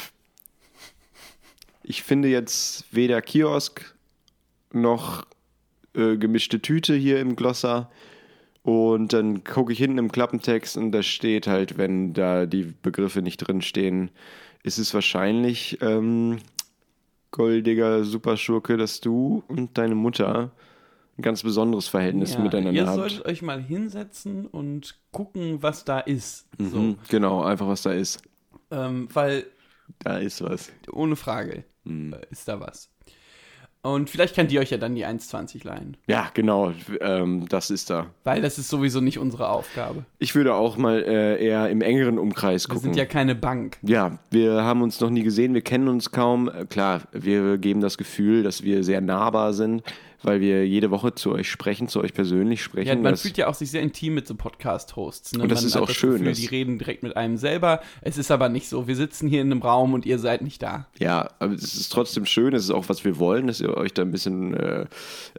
[SPEAKER 2] ich finde jetzt weder Kiosk noch äh, gemischte Tüte hier im Glossar. Und dann gucke ich hinten im Klappentext und da steht halt, wenn da die Begriffe nicht drin stehen, ist es wahrscheinlich ähm, goldiger Superschurke, dass du und deine Mutter ein ganz besonderes Verhältnis
[SPEAKER 3] Ja,
[SPEAKER 2] miteinander
[SPEAKER 3] ihr
[SPEAKER 2] habt.
[SPEAKER 3] solltet euch mal hinsetzen und gucken, was da ist.
[SPEAKER 2] Mhm,
[SPEAKER 3] So,
[SPEAKER 2] Genau, einfach was da ist.
[SPEAKER 3] ähm, weil
[SPEAKER 2] Da ist was. Hm.
[SPEAKER 3] ohne Frage äh, ist da was. Und vielleicht könnt ihr euch ja dann die 1,20 leihen.
[SPEAKER 2] Ja, genau, ähm, das ist da.
[SPEAKER 3] Weil das ist sowieso nicht unsere Aufgabe.
[SPEAKER 2] Ich würde auch mal äh, eher im engeren Umkreis
[SPEAKER 3] Wir
[SPEAKER 2] gucken.
[SPEAKER 3] sind ja keine Bank.
[SPEAKER 2] Ja, wir haben uns noch nie gesehen, wir kennen uns kaum. Äh, Klar, wir geben das Gefühl, dass wir sehr nahbar sind, weil wir jede Woche zu euch sprechen, zu euch persönlich sprechen.
[SPEAKER 3] Ja, man
[SPEAKER 2] Das-
[SPEAKER 3] fühlt ja auch sich sehr intim mit so Podcast-Hosts. Ne?
[SPEAKER 2] Und das
[SPEAKER 3] man
[SPEAKER 2] ist
[SPEAKER 3] hat
[SPEAKER 2] auch schön,
[SPEAKER 3] Gefühl,
[SPEAKER 2] das-
[SPEAKER 3] die reden direkt mit einem selber. Es ist aber nicht so. Wir sitzen hier in einem Raum und ihr seid nicht da.
[SPEAKER 2] ja, aber es ist trotzdem schön, es ist auch, was wir wollen, dass ihr euch da ein bisschen äh,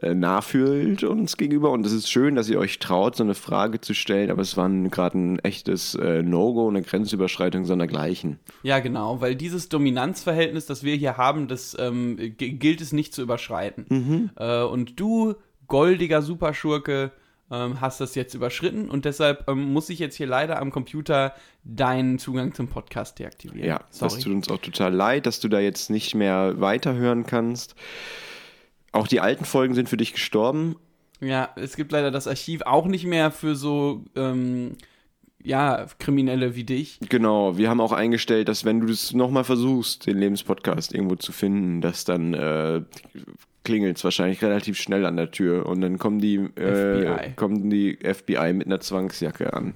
[SPEAKER 2] äh, nah fühlt uns gegenüber. Und es ist schön, dass ihr euch traut, so eine Frage zu stellen, aber es war ein- gerade ein echtes äh, No-Go, eine Grenzüberschreitung sondergleichen.
[SPEAKER 3] Ja, genau, weil dieses Dominanzverhältnis, das wir hier haben, das ähm, g- gilt es nicht zu überschreiten.
[SPEAKER 2] Mhm.
[SPEAKER 3] Äh, und du, goldiger Superschurke, ähm, hast das jetzt überschritten und deshalb ähm, muss ich jetzt hier leider am Computer deinen Zugang zum Podcast deaktivieren.
[SPEAKER 2] Ja, das
[SPEAKER 3] sorry.
[SPEAKER 2] tut uns auch total leid, dass du da jetzt nicht mehr weiterhören kannst. Auch die alten Folgen sind für dich gestorben.
[SPEAKER 3] Ja, es gibt leider das Archiv auch nicht mehr für so, ähm, ja, Kriminelle wie dich.
[SPEAKER 2] Genau, wir haben auch eingestellt, dass wenn du das nochmal versuchst, den Lebenspodcast irgendwo zu finden, dass dann äh, klingelt es wahrscheinlich relativ schnell an der Tür und dann kommen die, äh,
[SPEAKER 3] FBI.
[SPEAKER 2] kommen die FBI mit einer Zwangsjacke an.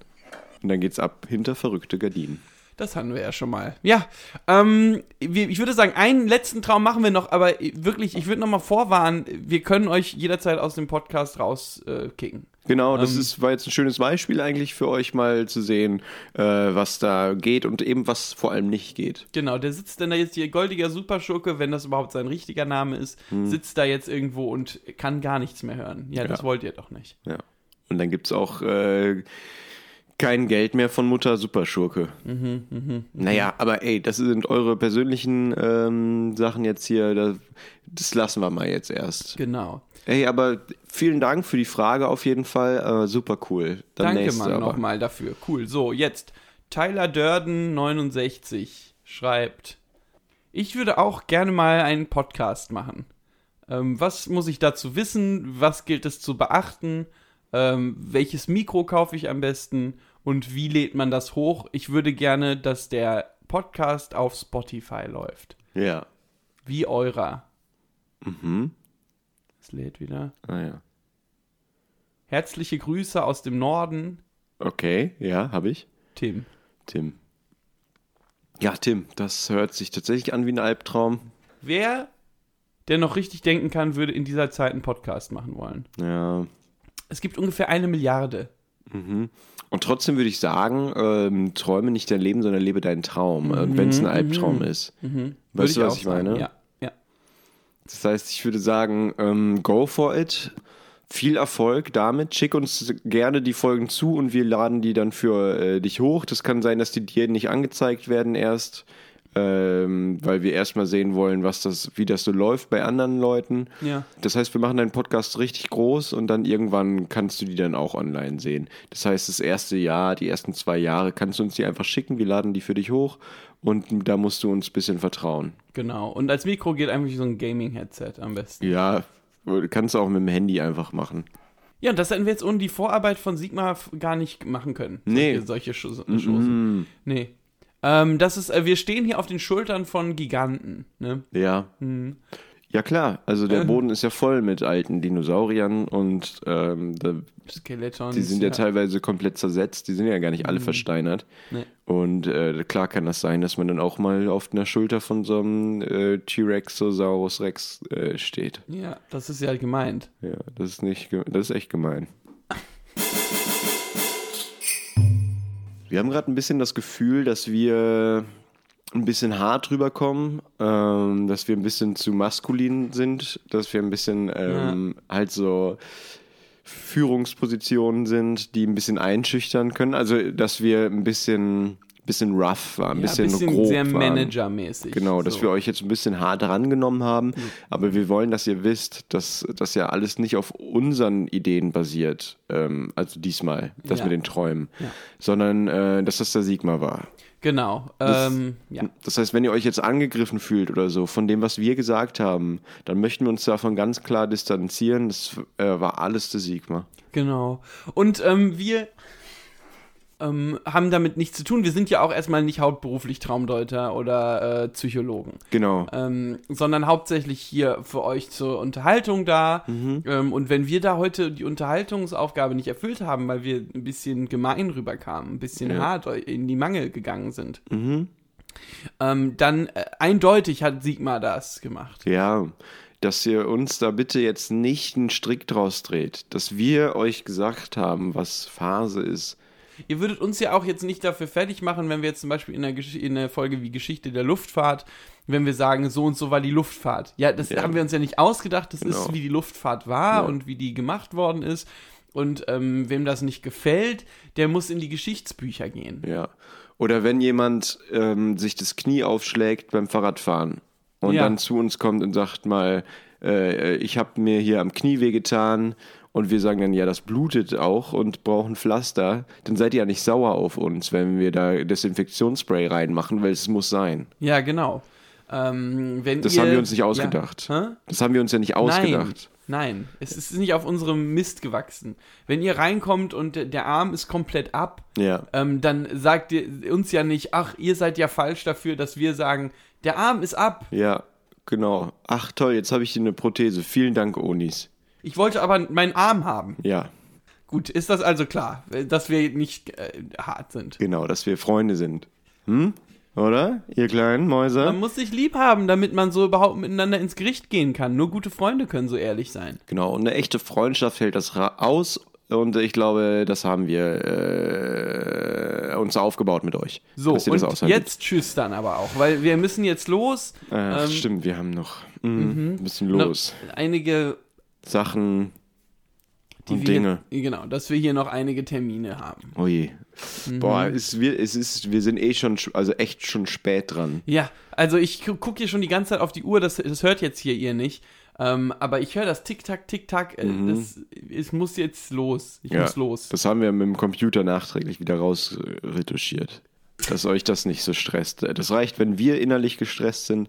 [SPEAKER 2] Und dann geht's ab hinter verrückte Gardinen.
[SPEAKER 3] Das hatten wir ja schon mal. Ja, ähm, wir, ich würde sagen, einen letzten Traum machen wir noch, aber wirklich, ich würde nochmal vorwarnen, wir können euch jederzeit aus dem Podcast rauskicken. Äh, kicken.
[SPEAKER 2] Genau, das ist, war jetzt ein schönes Beispiel eigentlich für euch mal zu sehen, äh, was da geht und eben was vor allem nicht geht.
[SPEAKER 3] genau, der sitzt denn da jetzt hier, goldiger Superschurke, wenn das überhaupt sein richtiger Name ist, sitzt da jetzt irgendwo und kann gar nichts mehr hören. Ja, das
[SPEAKER 2] Ja.
[SPEAKER 3] wollt ihr doch nicht.
[SPEAKER 2] Ja. Und dann gibt's auch äh, kein Geld mehr von Mutter Superschurke.
[SPEAKER 3] Mhm,
[SPEAKER 2] Naja, aber ey, das sind eure persönlichen ähm, Sachen jetzt hier. Das, das lassen wir mal jetzt erst.
[SPEAKER 3] Genau.
[SPEAKER 2] Ey, aber vielen Dank für die Frage auf jeden Fall. Äh, super cool. Dann
[SPEAKER 3] Danke,
[SPEAKER 2] nächste
[SPEAKER 3] Mann,
[SPEAKER 2] aber.
[SPEAKER 3] nochmal dafür. Cool. So, jetzt. Tyler Durden 69 schreibt: Ich würde auch gerne mal einen Podcast machen. Ähm, was muss ich dazu wissen? Was gilt es zu beachten? Ähm, welches Mikro kaufe ich am besten? Und wie lädt man das hoch? Ich würde gerne, dass der Podcast auf Spotify läuft.
[SPEAKER 2] Ja.
[SPEAKER 3] Wie eurer. Mhm. Es lädt wieder.
[SPEAKER 2] Ah, ja.
[SPEAKER 3] Herzliche Grüße aus dem Norden,
[SPEAKER 2] Okay, ja, habe ich.
[SPEAKER 3] Tim.
[SPEAKER 2] Tim. Ja, Tim, das hört sich tatsächlich an wie ein Albtraum.
[SPEAKER 3] Wer, der noch richtig denken kann, würde in dieser Zeit einen Podcast machen wollen?
[SPEAKER 2] Ja.
[SPEAKER 3] Es gibt ungefähr eine Milliarde.
[SPEAKER 2] Und trotzdem würde ich sagen, ähm, träume nicht dein Leben, sondern lebe deinen Traum, äh, wenn es ein Albtraum ist.
[SPEAKER 3] Mhm, Würde
[SPEAKER 2] Weißt du, was
[SPEAKER 3] auch
[SPEAKER 2] ich meine?
[SPEAKER 3] sagen. Ja, ja.
[SPEAKER 2] Das heißt, ich würde sagen, ähm, go for it. Viel Erfolg damit. Schick uns gerne die Folgen zu und wir laden die dann für äh, dich hoch. Das kann sein, dass die dir nicht angezeigt werden erst, ähm, weil wir erstmal sehen wollen, was das, wie das so läuft bei anderen Leuten.
[SPEAKER 3] Ja.
[SPEAKER 2] Das heißt, wir machen deinen Podcast richtig groß und dann irgendwann kannst du die dann auch online sehen. Das heißt, das erste Jahr, die ersten zwei Jahre kannst du uns die einfach schicken. Wir laden die für dich hoch und da musst du uns ein bisschen vertrauen.
[SPEAKER 3] Genau. Und als Mikro geht einfach so ein Gaming-Headset am besten.
[SPEAKER 2] Ja, kannst du auch mit dem Handy einfach machen.
[SPEAKER 3] Ja, und das hätten wir jetzt ohne die Vorarbeit von Sigma f- gar nicht machen können.
[SPEAKER 2] Nee. Mhm.
[SPEAKER 3] Solche, solche Scho- Schosen. Nee. Ähm, das ist, äh, wir stehen hier auf den Schultern von Giganten. Ne?
[SPEAKER 2] Ja. Ja klar, also der Boden ist ja voll mit alten Dinosauriern und ähm, da,
[SPEAKER 3] Skeletons.
[SPEAKER 2] die sind ja,
[SPEAKER 3] ja
[SPEAKER 2] teilweise komplett zersetzt, die sind ja gar nicht alle versteinert.
[SPEAKER 3] Nee.
[SPEAKER 2] Und äh, klar kann das sein, dass man dann auch mal auf einer Schulter von so einem äh, T-Rexosaurus Rex äh, steht.
[SPEAKER 3] Ja, das ist ja gemeint.
[SPEAKER 2] Ja, das ist nicht, ge- das ist echt gemein. Wir haben gerade ein bisschen das Gefühl, dass wir ein bisschen hart rüberkommen, ähm, dass wir ein bisschen zu maskulin sind, dass wir ein bisschen ähm, halt so Führungspositionen sind, die ein bisschen einschüchtern können. Also, dass wir ein bisschen, bisschen rough waren, ein
[SPEAKER 3] Ja,
[SPEAKER 2] bisschen, grob
[SPEAKER 3] sehr
[SPEAKER 2] waren.
[SPEAKER 3] managermäßig.
[SPEAKER 2] Genau, dass
[SPEAKER 3] so. Mhm.
[SPEAKER 2] wir euch jetzt ein bisschen hart rangenommen haben, aber wir wollen, dass ihr wisst, dass das ja alles nicht auf unseren Ideen basiert, ähm, also diesmal, das
[SPEAKER 3] Ja.
[SPEAKER 2] mit den Träumen,
[SPEAKER 3] Ja.
[SPEAKER 2] sondern äh, dass das der Sigma war.
[SPEAKER 3] Genau. ähm, ja.
[SPEAKER 2] Das heißt, wenn ihr euch jetzt angegriffen fühlt oder so von dem, was wir gesagt haben, dann möchten wir uns davon ganz klar distanzieren. Das äh, war alles der Sigma.
[SPEAKER 3] Genau. Und ähm, wir. ähm, haben damit nichts zu tun. Wir sind ja auch erstmal nicht hauptberuflich Traumdeuter oder äh, Psychologen,
[SPEAKER 2] Genau.
[SPEAKER 3] ähm, sondern hauptsächlich hier für euch zur Unterhaltung da.
[SPEAKER 2] Mhm.
[SPEAKER 3] Ähm, und wenn wir da heute die Unterhaltungsaufgabe nicht erfüllt haben, weil wir ein bisschen gemein rüberkamen, ein bisschen
[SPEAKER 2] Ja.
[SPEAKER 3] hart in die Mangel gegangen sind,
[SPEAKER 2] Mhm.
[SPEAKER 3] ähm, dann äh, eindeutig hat Sigmar das gemacht.
[SPEAKER 2] Ja, dass ihr uns da bitte jetzt nicht einen Strick draus dreht, dass wir euch gesagt haben, was Phase ist.
[SPEAKER 3] Ihr würdet uns ja auch jetzt nicht dafür fertig machen, wenn wir jetzt zum Beispiel in einer, Gesch- in einer Folge wie Geschichte der Luftfahrt, wenn wir sagen, so und so war die Luftfahrt. Ja, das
[SPEAKER 2] Ja.
[SPEAKER 3] haben wir uns ja nicht ausgedacht. Das
[SPEAKER 2] Genau.
[SPEAKER 3] ist, wie die Luftfahrt war
[SPEAKER 2] Ja.
[SPEAKER 3] und wie die gemacht worden ist. Und ähm, wem das nicht gefällt, der muss in die Geschichtsbücher gehen.
[SPEAKER 2] Ja. Oder wenn jemand ähm, sich das Knie aufschlägt beim Fahrradfahren und
[SPEAKER 3] Ja.
[SPEAKER 2] dann zu uns kommt und sagt mal, äh, ich habe mir hier am Knie wehgetan und wir sagen dann, ja, das blutet auch und brauchen Pflaster, dann seid ihr ja nicht sauer auf uns, wenn wir da Desinfektionsspray reinmachen, weil es muss sein.
[SPEAKER 3] Ja, genau. Ähm, wenn
[SPEAKER 2] Das
[SPEAKER 3] ihr,
[SPEAKER 2] haben wir uns nicht
[SPEAKER 3] ja.
[SPEAKER 2] ausgedacht.
[SPEAKER 3] Hä?
[SPEAKER 2] Das haben wir uns ja nicht ausgedacht.
[SPEAKER 3] Nein, nein, es ist nicht auf unserem Mist gewachsen. Wenn ihr reinkommt und der- der Arm ist komplett ab,
[SPEAKER 2] Ja.
[SPEAKER 3] ähm, dann sagt ihr uns ja nicht, ach, ihr seid ja falsch dafür, dass wir sagen, der Arm ist ab.
[SPEAKER 2] Ja, genau. Ach toll, jetzt habe ich hier eine Prothese. Vielen Dank, Onis.
[SPEAKER 3] Ich wollte aber meinen Arm haben.
[SPEAKER 2] Ja,
[SPEAKER 3] Gut, ist das also klar, dass wir nicht äh, hart sind?
[SPEAKER 2] genau, dass wir Freunde sind. Hm? Oder? Ihr kleinen
[SPEAKER 3] Man
[SPEAKER 2] Mäuse?
[SPEAKER 3] muss sich lieb haben, damit man so überhaupt miteinander ins Gericht gehen kann. Nur gute Freunde können so ehrlich sein.
[SPEAKER 2] Genau, und eine echte Freundschaft hält das ra- aus. Und ich glaube, das haben wir äh, uns aufgebaut mit euch.
[SPEAKER 3] So,
[SPEAKER 2] dass ihr das
[SPEAKER 3] und
[SPEAKER 2] aushaltet.
[SPEAKER 3] jetzt tschüss dann aber auch, weil wir müssen jetzt los.
[SPEAKER 2] Ach,
[SPEAKER 3] ähm,
[SPEAKER 2] Ah,
[SPEAKER 3] mhm.
[SPEAKER 2] stimmt, wir haben noch mm, ein bisschen
[SPEAKER 3] Noch
[SPEAKER 2] los.
[SPEAKER 3] einige
[SPEAKER 2] Sachen
[SPEAKER 3] die wir,
[SPEAKER 2] und Um Dinge.
[SPEAKER 3] Genau, dass wir hier noch einige Termine haben.
[SPEAKER 2] Oh je.
[SPEAKER 3] Mhm.
[SPEAKER 2] Boah, es, wir, es ist, wir sind eh schon, sch- also echt schon spät dran.
[SPEAKER 3] Ja, also ich gu- guck hier schon die ganze Zeit auf die Uhr, das, das hört jetzt hier ihr nicht. Ähm, aber ich höre das Tick-Tack, Tick-Tack. Äh, das- Es muss jetzt los. Ich muss los.
[SPEAKER 2] Mhm. Das haben wir mit dem Computer nachträglich wieder rausretuschiert. Dass euch das nicht so stresst. Das reicht, wenn wir innerlich gestresst sind.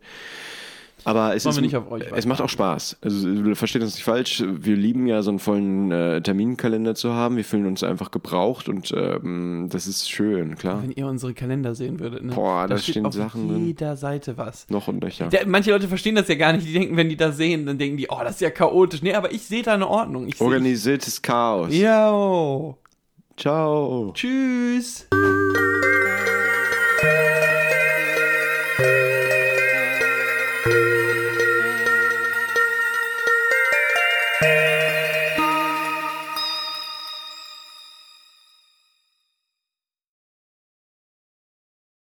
[SPEAKER 2] Aber es,
[SPEAKER 3] Wollen
[SPEAKER 2] ist,
[SPEAKER 3] wir nicht auf euch
[SPEAKER 2] es macht auch Spaß. Also, versteht uns nicht falsch. Wir lieben ja so einen vollen äh, Terminkalender zu haben. Wir fühlen uns einfach gebraucht und ähm, das ist schön, klar.
[SPEAKER 3] Wenn ihr unsere Kalender sehen würdet, ne?
[SPEAKER 2] Boah, da stehen
[SPEAKER 3] auf
[SPEAKER 2] Sachen drin.
[SPEAKER 3] jeder Seite was.
[SPEAKER 2] Noch und nöcher.
[SPEAKER 3] Der, manche Leute verstehen das ja gar nicht. Die denken, wenn die das sehen, dann denken die, oh, das ist ja chaotisch. Nee, aber ich sehe da eine Ordnung. Ich sehe.
[SPEAKER 2] Organisiertes Chaos.
[SPEAKER 3] Yo.
[SPEAKER 2] Ciao.
[SPEAKER 3] Tschüss.